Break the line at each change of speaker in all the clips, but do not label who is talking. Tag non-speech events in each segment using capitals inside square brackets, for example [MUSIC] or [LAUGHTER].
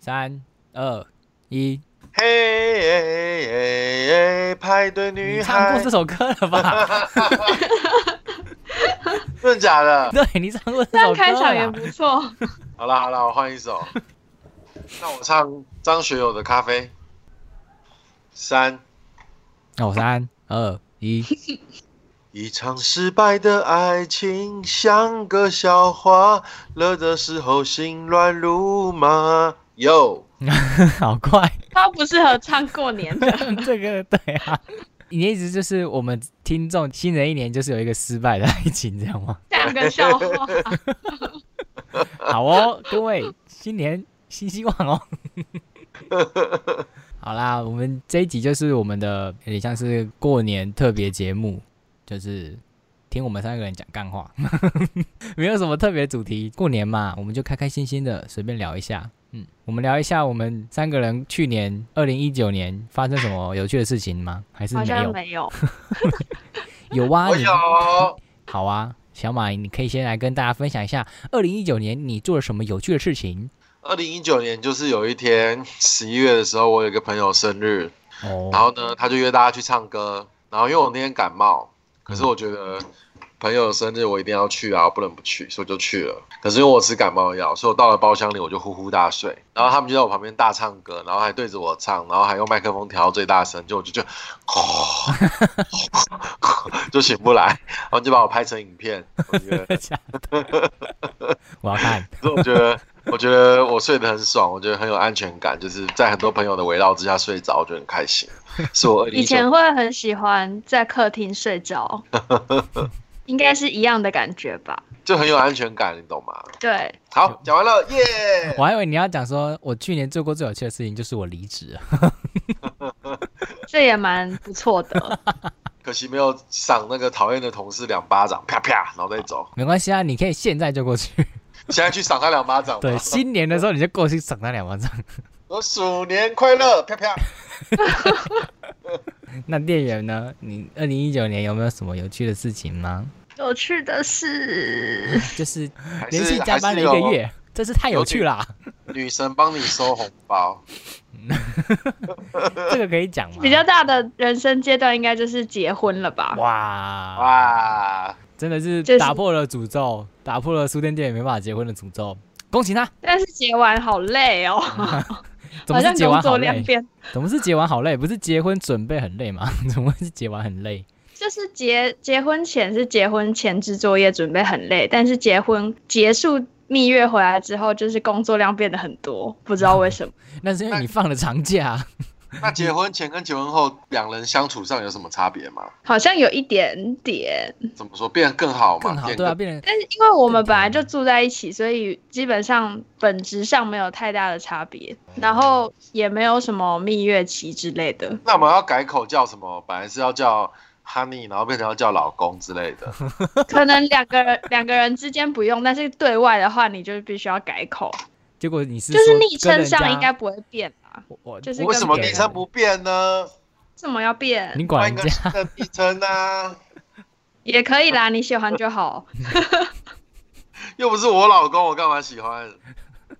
三二一，
嘿耶耶耶，派对女
你唱
孩
过这，首歌了吧？
真的假的？
[LAUGHS] 对你唱过
这
这首歌
样开场也
了
不。错。
好啦好啦，我换一首。那我唱张学友的《咖啡》。三，
那我哦三二一，
一场失败的爱情像个笑话，热的时候心乱如麻。哟，
[LAUGHS] 好
[LAUGHS]
快，
超不适合唱过年的，
这个对啊。你的意思就是我们听众新的一年就是有一个失败的爱情，这样吗？
这样个笑话。
好哦，各位，新年新希望哦。好啦，我们这一集就是我们的有点像是过年特别节目，就是听我们三个人讲干话， [LAUGHS] 没有什么特别主题。过年嘛，我们就开开心心的随便聊一下。嗯，我们聊一下我们三个人去年二零一九年发生什么有趣的事情吗？还是
好
没
像
有？
没有。
有啊，
我
你
有。
好啊，小马，你可以先来跟大家分享一下二零一九年你做了什么有趣的事情
二零一九年就是有一天十一月的时候，我有一个朋友生日，
哦。
然后呢，他就约大家去唱歌。然后因为我那天感冒，可是我觉得朋友生日我一定要去啊，我不能不去，所以就去了。可是因为我吃感冒药，所以我到了包厢里我就呼呼大睡。然后他们就在我旁边大唱歌，然后还对着我唱，然后还用麦克风调到最大声，就我就就，哦， [LAUGHS] 就醒不来。然后就把我拍成影片，我觉
[LAUGHS]
得，
假的我要看，
可是我觉得。我觉得我睡得很爽，我觉得很有安全感，就是在很多朋友的围绕之下睡着，我觉得很开心。是我
以前会很喜欢在客厅睡着，应该是一样的感觉吧？
就很有安全感，你懂吗？
对，
好，讲完了，耶、
我还以为你要讲说，我去年做过最有趣的事情就是我离职了。 [LAUGHS]
这也蛮不
[LAUGHS]
错的。
可惜没有赏那个讨厌的同事两巴掌，啪啪，然后再走。
没关系啊，你可以现在就过去。 [LAUGHS]
现在去赏他两巴掌吧。 [LAUGHS]
对，新年的时候你就过去赏他两巴掌。
我鼠年快乐，啪啪。
那店员呢？你二零一九年有没有什么有趣的事情吗？
有趣的是，
就是
还
连续
是
加
还
班了
是
一个
有哦
月，真是太有趣啦、
女神帮你收红包，
这个可以讲吗？
比较大的人生阶段应该就是结婚了吧？
哇
哇！
真的是
就是
打破了诅咒，打破了书店店员没办法结婚的诅咒。恭喜他！
但是结完好累哦，
怎
好
么是
像
结
工
完好
作量
累？
变，
怎么是结完好累？不是结婚准备很累吗？ [LAUGHS] 怎么会是结完很累？
就是结结婚前是结婚前置作业准备很累，但是结婚结束蜜月回来之后，就是工作量变得很多，不知道
[LAUGHS]
为什么。
那是因为你放了长假。啊
那结婚前跟结婚后两人相处上有什么差别吗？
好像有一点点，
怎么说变得更好吗？
更好，
变
对啊，
得
变成
但是因为我们本来就住在一起，所以基本上本质上没有太大的差别，然后也没有什么蜜月期之类
[LAUGHS]
的。
那我们要改口叫什么？本来是要叫 honey，然后变成要叫老公之类
[LAUGHS]
的。
可能两个人两个人之间不用，但是对外的话，你就必须要改口，
结果你是
就
说
是昵
跟
称
人家
上应该不会变吧？
我我
就是
为什么
跟别
昵
人
称不变呢？
怎么要变？啊
你管
换一
人
个
家
新的昵称啊！
也可以啦，你喜欢就好。
又不是我老公，我干嘛喜欢？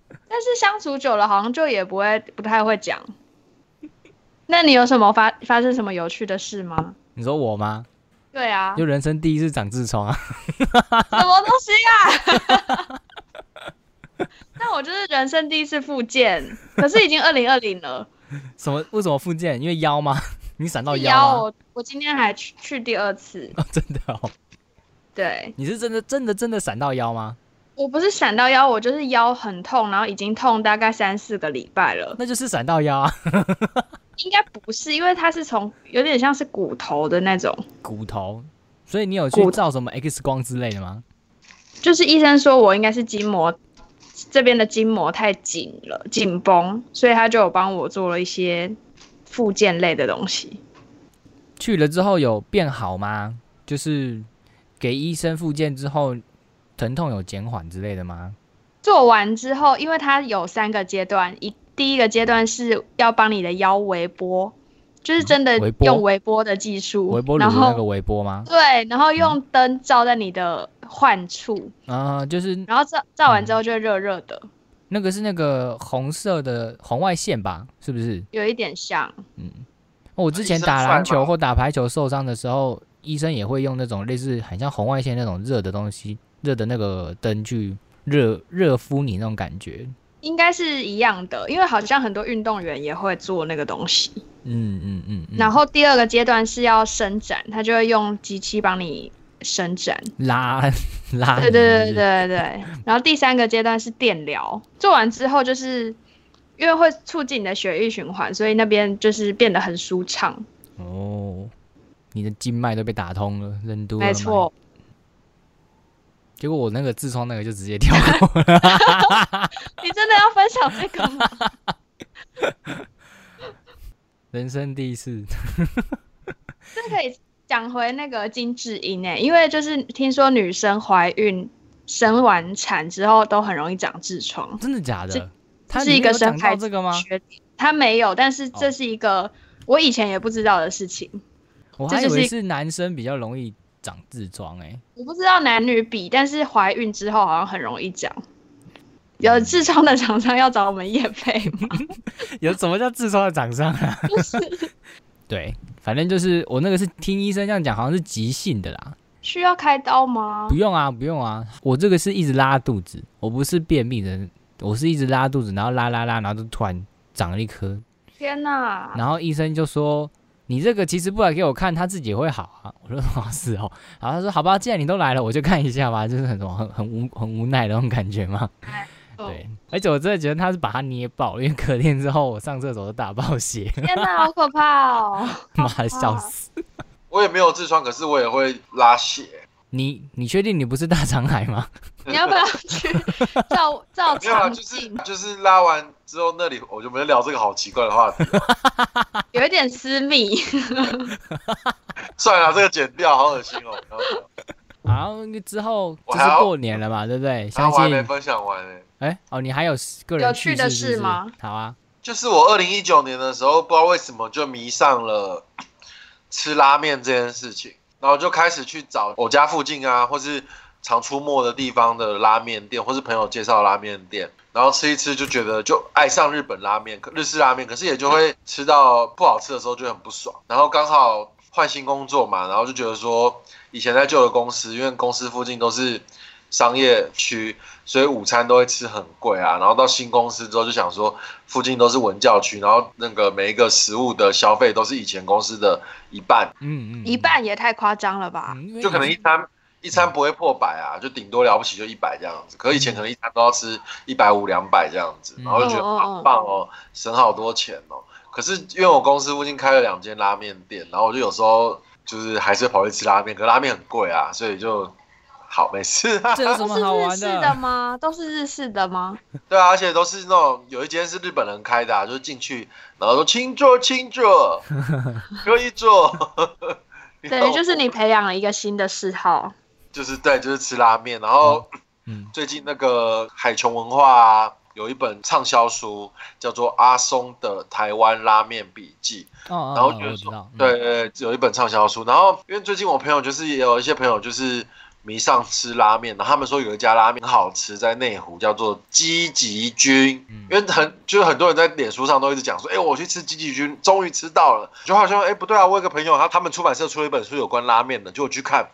但是相处久了，好像就也不会不太会讲。 [LAUGHS] 那你有什么发发生什么有趣的事吗？
你说我吗？
对啊，
就人生第一次长痔疮啊！ [LAUGHS]
什么东西啊？ [LAUGHS] 那我就是人生第一次复健，可是已经二零二零了。
什么？为什么附件？因为腰吗？ [LAUGHS] 你闪到
是
腰吗？
我我今天还去去第二次，
哦， [LAUGHS] 真的哦，
对
你是真的真的真的闪到腰吗？
我不是闪到腰，我就是腰很痛，然后已经痛大概三四个礼拜了。
那就是闪到腰啊，
应该不是，因为它是从有点像是骨头的那种，
骨头。所以你有去
骨
照什么 X 光之类的吗？
就是医生说我应该是筋膜这边的筋膜太紧了，紧绷，所以他就有帮我做了一些复健类的东西。
去了之后有变好吗？就是给医生复健之后，疼痛有减缓之类的吗？
做完之后，因为它有三个阶段，一第一个阶段是要帮你的腰微波，就是真的
嗯微波
用微波的技术，
微波炉的
然
那个
后
微嗯波吗？
对，然后用灯照在你的患处，
啊、就是嗯
然后照照完之后就会热热的，
那个是那个红色的红外线吧？是不是？
有一点像，
哦我之前打篮球或打排球受伤的时候，医生也会用那种类似很像红外线那种热的东西，热的那个灯去热热敷你那种感觉。
应该是一样的，因为好像很多运动员也会做那个东西。
嗯嗯嗯，嗯
然后第二个阶段是要伸展，他就会用机器帮你伸展。
拉 [LAUGHS] 拉你，
对啊对对
是
对对。然后第三个阶段是电疗，做完之后就是因为会促进你的血液循环，所以那边就是变得很舒畅。
不是哦，你的经脉都被打通了，任督
没
二脉。
错，
结果我那个痔疮那个就直接跳
[LAUGHS]
过了。
你真的要分享这个吗？ [LAUGHS]
人生第一次，
这可以讲回那个精致音诶，欸因为就是听说女生怀孕生完产之后都很容易长痔疮，
真的假
这
的？他
是一个
讲
生
到
孩
这个吗？
缺点。她没有，但是这
哦
是一个、我以前也不知道的事情。
我
这
还以
就是
为
一
是男生比较容易长痔疮哎、
我不知道男女比，但是怀孕之后好像很容易长。有痔疮的厂商要找我们叶配吗？
[LAUGHS]
[LAUGHS]
有什么叫痔疮的掌上啊？ [LAUGHS] 对，反正就是我那个是听医生这样讲，好像是急性的啦。
需要开刀吗
不？用啊，不用啊，我这个是一直拉肚子，我不是便秘的，我是一直拉肚子，然后拉拉拉，然后就突然长了一颗，
天哪！
然后医生就说。你这个其实不来给我看，他自己也会好啊。我说哦是哦，然后他说好吧，既然你都来了，我就看一下吧，就是很很很无很无奈的那种感觉嘛。
哦
对，而且我真的觉得他是把他捏爆，因为隔天之后我上厕所都大爆
[LAUGHS]
血，
天哪，好可怕哦！
妈的笑死！
我也没有痔疮，可是我也会拉血。
你你确定你不是大肠癌吗？
你要不要
[LAUGHS]
去照照
没有啊，
肠 [LAUGHS]
就是
镜？
就是拉完之后那里，我就没有聊这个好奇怪的话题。
有一点私密。
算了，这个剪掉，好恶心哦。然后
然后之后
我
就
还
是
要
过年了嘛，对不对？
然
相
后我还
信
没分享完呢、欸
哎、哦，你还有个人
有趣的
事是不
事
是
吗？
好啊，
就是我二零一九年的时候，不知道为什么就迷上了吃拉面这件事情，然后就开始去找我家附近啊，或是常出没的地方的拉面店，或是朋友介绍的拉面店，然后吃一吃就觉得就爱上日本拉面、可日式拉面，可是也就会吃到不好吃的时候就很不爽，然后刚好换新工作嘛，然后就觉得说以前在旧的公司，因为公司附近都是商业区，所以午餐都会吃很贵啊，然后到新公司之后就想说。附近都是文教区，然后那个每一个食物的消费都是以前公司的一半，
嗯嗯，
一半啊也太夸张了吧？
嗯，
就可能一餐一餐不会破百啊，就顶多了不起就一百这样子。可以前可能一餐都要吃一百五、两百这样子，
嗯
然后就觉得
哦哦哦
好棒哦，省好多钱哦。可是因为我公司附近开了两间拉面店，然后我就有时候就是还是跑去吃拉面，可拉面很贵啊，所以就好没事、啊。
这有什
都
么
[LAUGHS] 是
好
日
玩
式的吗？都是日式的
[LAUGHS]
吗？
对啊，而且都是那种有一间是日本人开的、啊，就是进去然后说请坐，请坐，可以坐。
[LAUGHS] 等于就是是你培养了一个新的嗜好，
就是对，就是吃拉面。然后
嗯，
最近那个海琼文化啊，有一本畅销书叫做《阿松的台湾拉面笔记》，
哦哦，
然后
哦
觉得
我知
说
道，嗯，
对对，对有一本畅销书。然后因为最近我朋友就是也有一些朋友就是迷上吃拉面，然后他们说有一家拉面很好吃，在内湖叫做积极君。
嗯
因为很就是很多人在脸书上都一直讲说，哎、我去吃吉吉君，终于吃到了。就好像哎、不对啊，我有个朋友他他们出版社出了一本书有关拉面的，就我去看，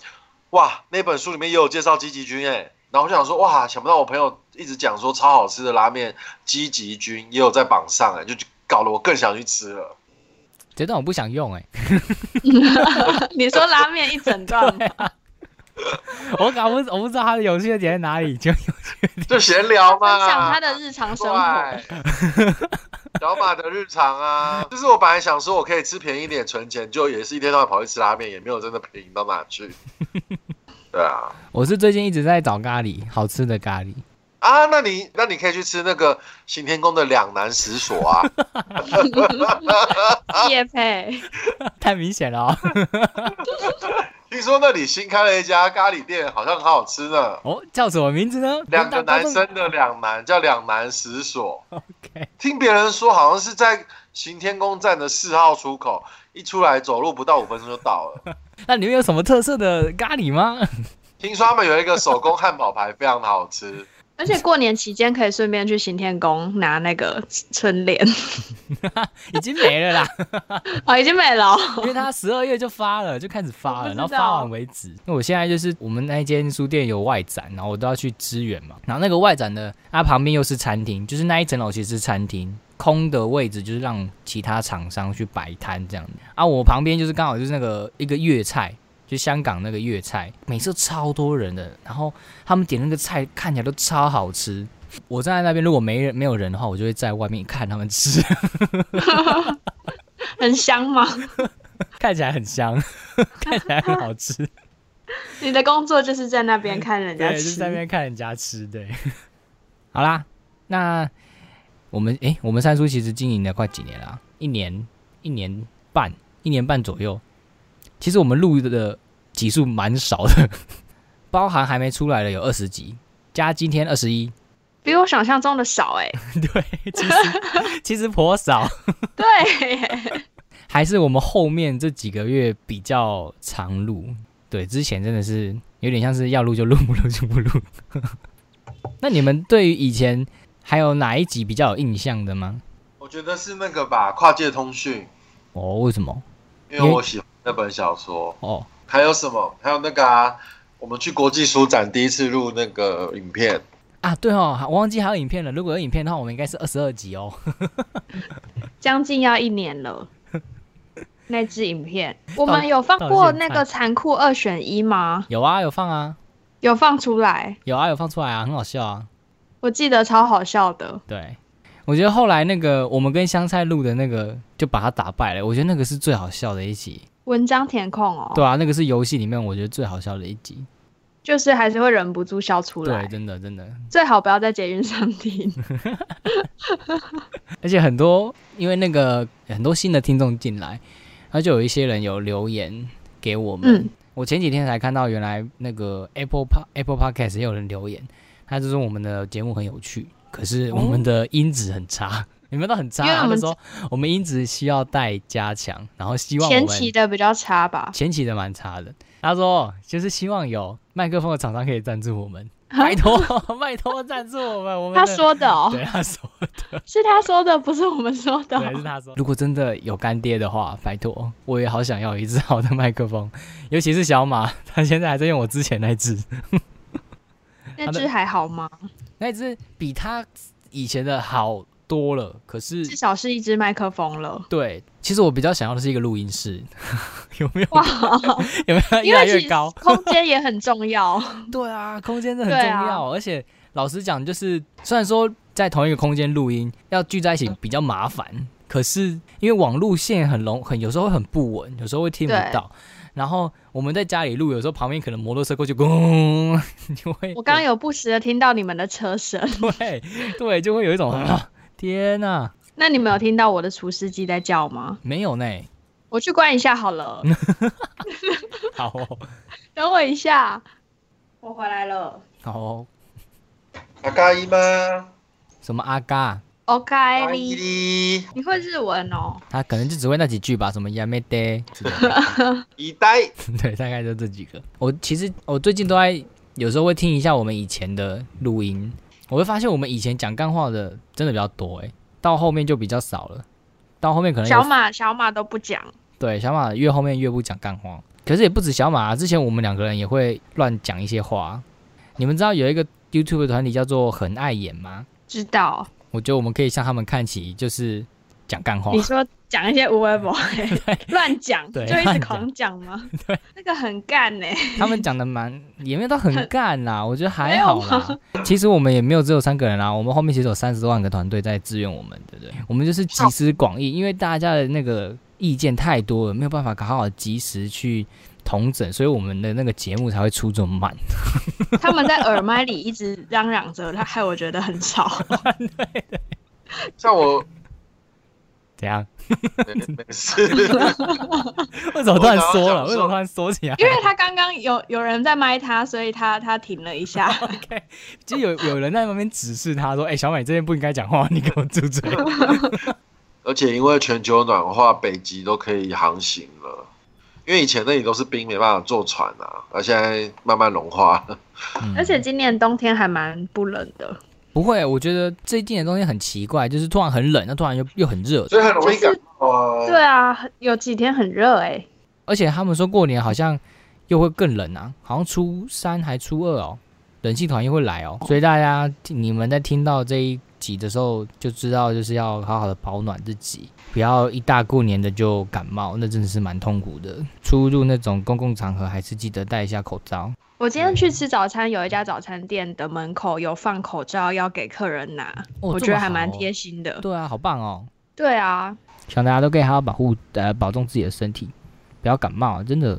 哇，那本书里面也有介绍吉吉君哎、然后我就想说，哇，想不到我朋友一直讲说超好吃的拉面吉吉君也有在榜上哎、就搞得我更想去
[LAUGHS]
吃了。
这段我不想用哎、
[LAUGHS] 你说拉面一整 [LAUGHS] 段吗，
我搞不我不知道它的有趣的点在哪里，就
就闲聊嘛，
分享他的日常生活。
对小马的日常啊，就是我本来想说我可以吃便宜一点存钱，就也是一天到晚跑去吃拉面，也没有真的便宜到哪去。
[LAUGHS]
对啊，
我是最近一直在找咖喱，好吃的咖喱， [LAUGHS]
啊，那你那你可以去吃那个行天宫的两南食所啊， [LAUGHS]
叶配
太明显了哦。
听说那里新开了一家咖喱店，好像很好吃呢。
哦，叫什么名字呢？
两个
大
男生的两男叫两男食
[LAUGHS]
所，
，OK，
听别人说好像是在行天宫站的四号出口，一出来走路不到五分钟就到了。
那里面有什么特色的咖喱吗？
听说他们有一个手工汉堡排非常的好吃，
[LAUGHS] 而且过年期间可以顺便去行天宫拿那个春联，
[LAUGHS] 已经没了 [LAUGHS] 啦，
[LAUGHS] 哦，已经没了哦。
因为它十二月就发了，就开始发
我
了，
不
然后
知
发
道
完为止。那我现在就是我们那一间书店有外展，然后我都要去支援嘛。然后那个外展的，它旁边又是餐厅，就是那一层楼其实是餐厅，空的位置就是让其他厂商去摆摊这样。啊，我旁边就是刚好就是那个一个粤菜。就香港那个粤菜，每次都超多人的，然后他们点那个菜看起来都超好吃。我站在那边，如果没人没有人的话，我就会在外面看他们吃，
很香吗？ [LAUGHS]
看起来很香， [LAUGHS] 看起来很好
[LAUGHS]
吃。
你的工作就是在那边看人家
对，就是
吃
在，那边看人家吃。对， [LAUGHS] 好啦，那我们诶，我们三叔其实经营了快几年啦、一年、一年半、一年半左右。其实我们录的集数蛮少的， [LAUGHS] 包含还没出来的有二十集，加今天二十一。 [LAUGHS]
比我想象中的少哎、
对，其实其实颇少，
[LAUGHS] 对，
还是我们后面这几个月比较常录。对，之前真的是有点像是要录就录，不录就不录。 [LAUGHS] 那你们对于以前还有哪一集比较有印象的吗？
我觉得是那个吧，《跨界通讯
哦，为什么？》，
因为我喜欢那本小说。
哦，
还有什么？还有那个啊，我们去国际书展第一次录那个影片，
啊，对哦，我忘记还有影片了。如果有影片的话，我们应该是二十二集哦。
将近要一年
[LAUGHS]
了。那支影片，我
到
们有放
到
过
现
那
在
个残酷二选一吗？
有啊，有放啊，
有放出来，
有啊，有放出来啊，很好笑啊。
我记得超好笑的。
对，我觉得后来那个我们跟香菜录的那个就把它打败了，我觉得那个是最好笑的一集。
文章填空哦，
对啊，那个是游戏里面我觉得最好笑的一集。
就是还是会忍不住笑出
对，
来。
真的真的，
最好不要在捷运上听。
而且很多因为那个很多新的听众进来，然后就有一些人有留言给我们。
嗯
我前几天才看到，原来那个 Apple Pa- Apple Podcast 也有人留言，他就说我们的节目很有趣，可是我们的音质很差。 [LAUGHS] 你们都很差、
哦因为
啊，
我
他
们
说我们音质需要待加强，然后希望我
前
们
期的比较差吧，
前期的蛮差的。他说就是希望有麦克风的厂商可以赞助我们，拜托 [LAUGHS] 拜托赞助我们，我们
他
的
说的哦，
[LAUGHS] 对他说
是他说的，不是我们说的哦。
对，是他说。如果真的有干爹的话，拜托，我也好想要一支好的麦克风， [LAUGHS] 尤其是小马，他现在还在用我之前那支，
那只还好吗？
那支比他以前的好多了。可是
至，少是一只麦克风了。
对，其实我比较想要的是一个录音室， [LAUGHS] 有没有？有没有
因
[LAUGHS] 越来
为其
越
实
高？ [LAUGHS]
空间也很重要，
对啊，空间真的很
对
重
啊
要，而且老实讲，就是虽然说在同一个空间录音要聚在一起比较麻烦，可是因为网路线很容很有时候会很不稳，有时候会听不
对
到。然后我们在家里录，有时候旁边可能摩托车过去，咣， [LAUGHS] 就会
我刚刚有不时的听到你们的车声，
[LAUGHS] 对对，就会有一种、啊、天哪、
那你们有听到我的厨师机在叫吗？
没有呢，
我去关一下好了，
[LAUGHS] 好哦
等我一下，我回来了。
好哦，
阿嘎伊吗？
什么阿嘎，
OK，
阿伊哩，
你会日文哦？
他可能就只会那几句吧，什么亚美爹之类的。
一代。
[LAUGHS] 对，大概就这几个。我其实我最近都在，有时候会听一下我们以前的录音，我会发现我们以前讲干话的真的比较多诶、到后面就比较少了。到后面可能有
小马小马都不讲，
对小马越后面越不讲干话，可是也不止小马、啊，之前我们两个人也会乱讲一些话。你们知道有一个 YouTube 团体叫做“很爱演”吗？
知道？
我觉得我们可以向他们看齐，就是讲干话
你。说讲一些无微博
[LAUGHS]
乱讲，就
对
一
乱
直
讲
狂讲吗？对，那个很干欸呢、 [LAUGHS]
他们讲的蛮也没有到很干啦，我觉得还好啦。 [LAUGHS] 其实我们也没有只有三个人啊啦，我们后面其实有三十多万个团队在支援我们，对不对？我们就是集思广益，因为大家的那个意见太多了，没有办法好好及时去统整，所以我们的那个节目才会出这么慢。 [LAUGHS]
他们在耳麦里一直嚷嚷着，他害我觉得很吵。
[LAUGHS]
像我
怎样？
没事， [LAUGHS]
为什么突然缩了？
我想要
为什么突然缩起来？
因为他刚刚有有人在麦他，所以他他停了一下。
[LAUGHS] [LAUGHS] 就有有人在旁边指示他
[LAUGHS]
说：“哎、小美这边不应该讲话，你给我住嘴。
而且因为全球暖化，北极都可以航行了，因为以前那里都是冰，没办法坐船啊，而现在慢慢融化了。
嗯
而且今年冬天还蛮不冷的，
不会，我觉得最近的东西很奇怪，就是突然很冷，那突然又又很热，
所以很容易
就
感
是
冒啊。
对啊，很有几天很热哎、
而且他们说过年好像又会更冷啊，好像初三还初二哦，冷气团又会来哦，所以大家你们在听到这一集的时候就知道，就是要好好的保暖自己，不要一大过年的就感冒，那真的是蛮痛苦的。出入那种公共场合还是记得戴一下口罩。
我今天去吃早餐，有一家早餐店的门口有放口罩要给客人拿，
哦
我
这
觉得
么
还蛮
好哦
贴心的。
对啊，好棒哦！
对啊，
希望大家都可以好好保护呃保重自己的身体，不要感冒、啊，真的。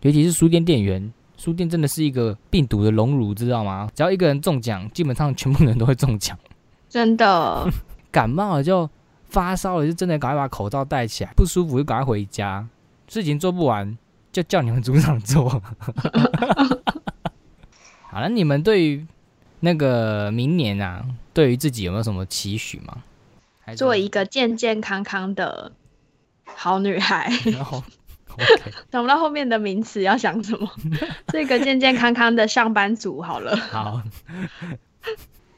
尤其是书店店员，书店真的是一个病毒的熔炉，知道吗？只要一个人中奖，基本上全部人都会中奖。
真的，
感冒了就发烧了，就真的赶快把口罩戴起来，不舒服就赶快回家，事情做不完就叫你们组长做。 [LAUGHS] 好了，你们对于那个明年啊，对于自己有没有什么期许吗？还是
做一个健健康康的好女孩。
[LAUGHS] 然后哦 OK，
想不到后面的名词要想什
[LAUGHS]
么，做一个健健康康的上班族好了。
好，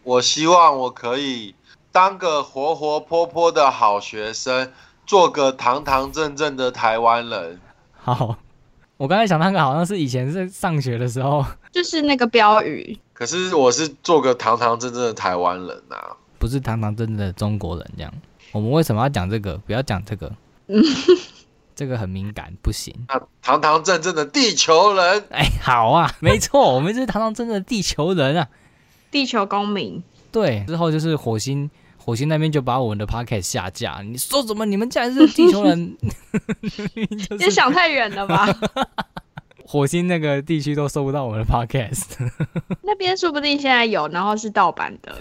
我希望我可以当个活活泼泼的好学生，做个堂堂正正的台湾人。
好，我刚才想那个好像是以前是上学的时候，
就是那个标语，
可是我是做个堂堂正正的台湾人啊！
不是堂堂正正的中国人这样。我们为什么要讲这个？不要讲这 [LAUGHS] 个，这个很敏感，不行。
那堂堂正正的地球人，
哎，好 [LAUGHS] 啊，没错，我们就是堂堂正正的地球人啊。
地球公民。
对，之后就是火星，火星那边就把我们的 podcast 下架。你说什么？你们竟然是地球 [LAUGHS] 人？就
也
是
想太远了
[LAUGHS]
吧？
火星那个地区都收不到我们的 podcast。
那边说不定现在有，然后是盗版的。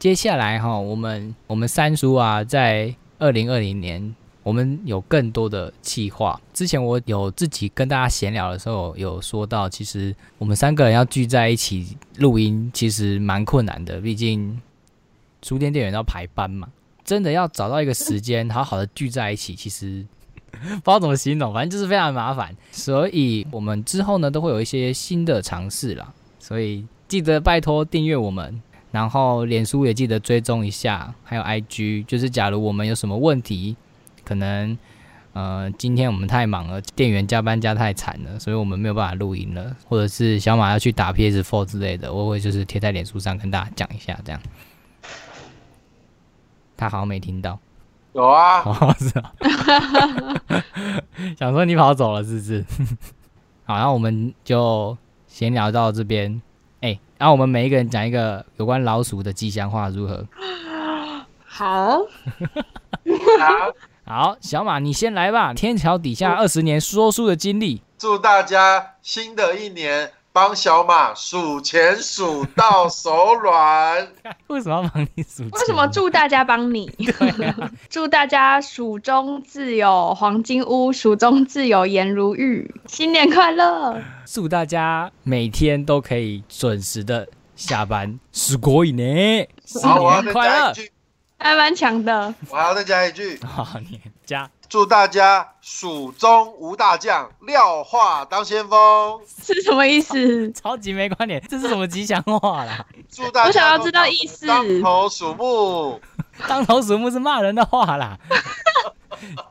接下来哈，我们我们三叔啊，在二零二零年，我们有更多的计划。之前我有自己跟大家闲聊的时候，有说到，其实我们三个人要聚在一起录音，其实蛮困难的，毕竟书店店员要排班嘛，真的要找到一个时间，好好的聚在一起，其实不知道怎么形容，反正就是非常麻烦。所以我们之后呢，都会有一些新的尝试啦，所以记得拜托订阅我们。然后脸书也记得追踪一下，还有 IG，就是假如我们有什么问题，可能呃今天我们太忙了，店员加班加太惨了，所以我们没有办法录音了，或者是小马要去打 PS4 之类的，我会就是贴在脸书上跟大家讲一下这样。他好像没听到，[LAUGHS]
有啊，
哦，是啊，想说你跑走了是不是？ [LAUGHS] 好，那我们就闲聊到这边。哎、然、后我们每一个人讲一个有关老鼠的吉祥话，如何？
好，
啊
好，小马你先来吧。天桥底下二十年说书的经历，
祝大家新的一年帮小马数钱数到手软。
为什么要帮你数？
为什么？祝大家
[LAUGHS]
帮你？
啊
祝大家蜀中自有黄金屋，蜀中自有颜如玉。新年快乐！
祝大家每天都可以准时的下班。是国语呢，新
好，我要
年
再
快
加一
乐！
句，
还蛮强的。
我还要再加一句，
好，你加
祝大家蜀中无大将，廖化当先锋。
是什么意思？
超级没观点，这是什么吉祥话啦？
祝大家
我想要知道意思
当头鼠目，
当头鼠目是骂人的话啦。 [LAUGHS]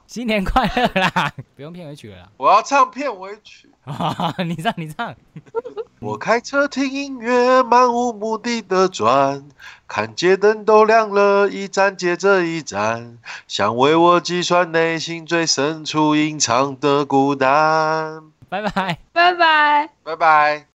新年快乐啦！不用片尾曲了啦。
我要唱片尾曲。
[LAUGHS] 你唱，你唱。
我开车听音乐，漫无目的的转，看街灯都亮了，一站接着一站，想为我计算内心最深处隐藏的孤单。
拜拜。
拜拜。
拜拜。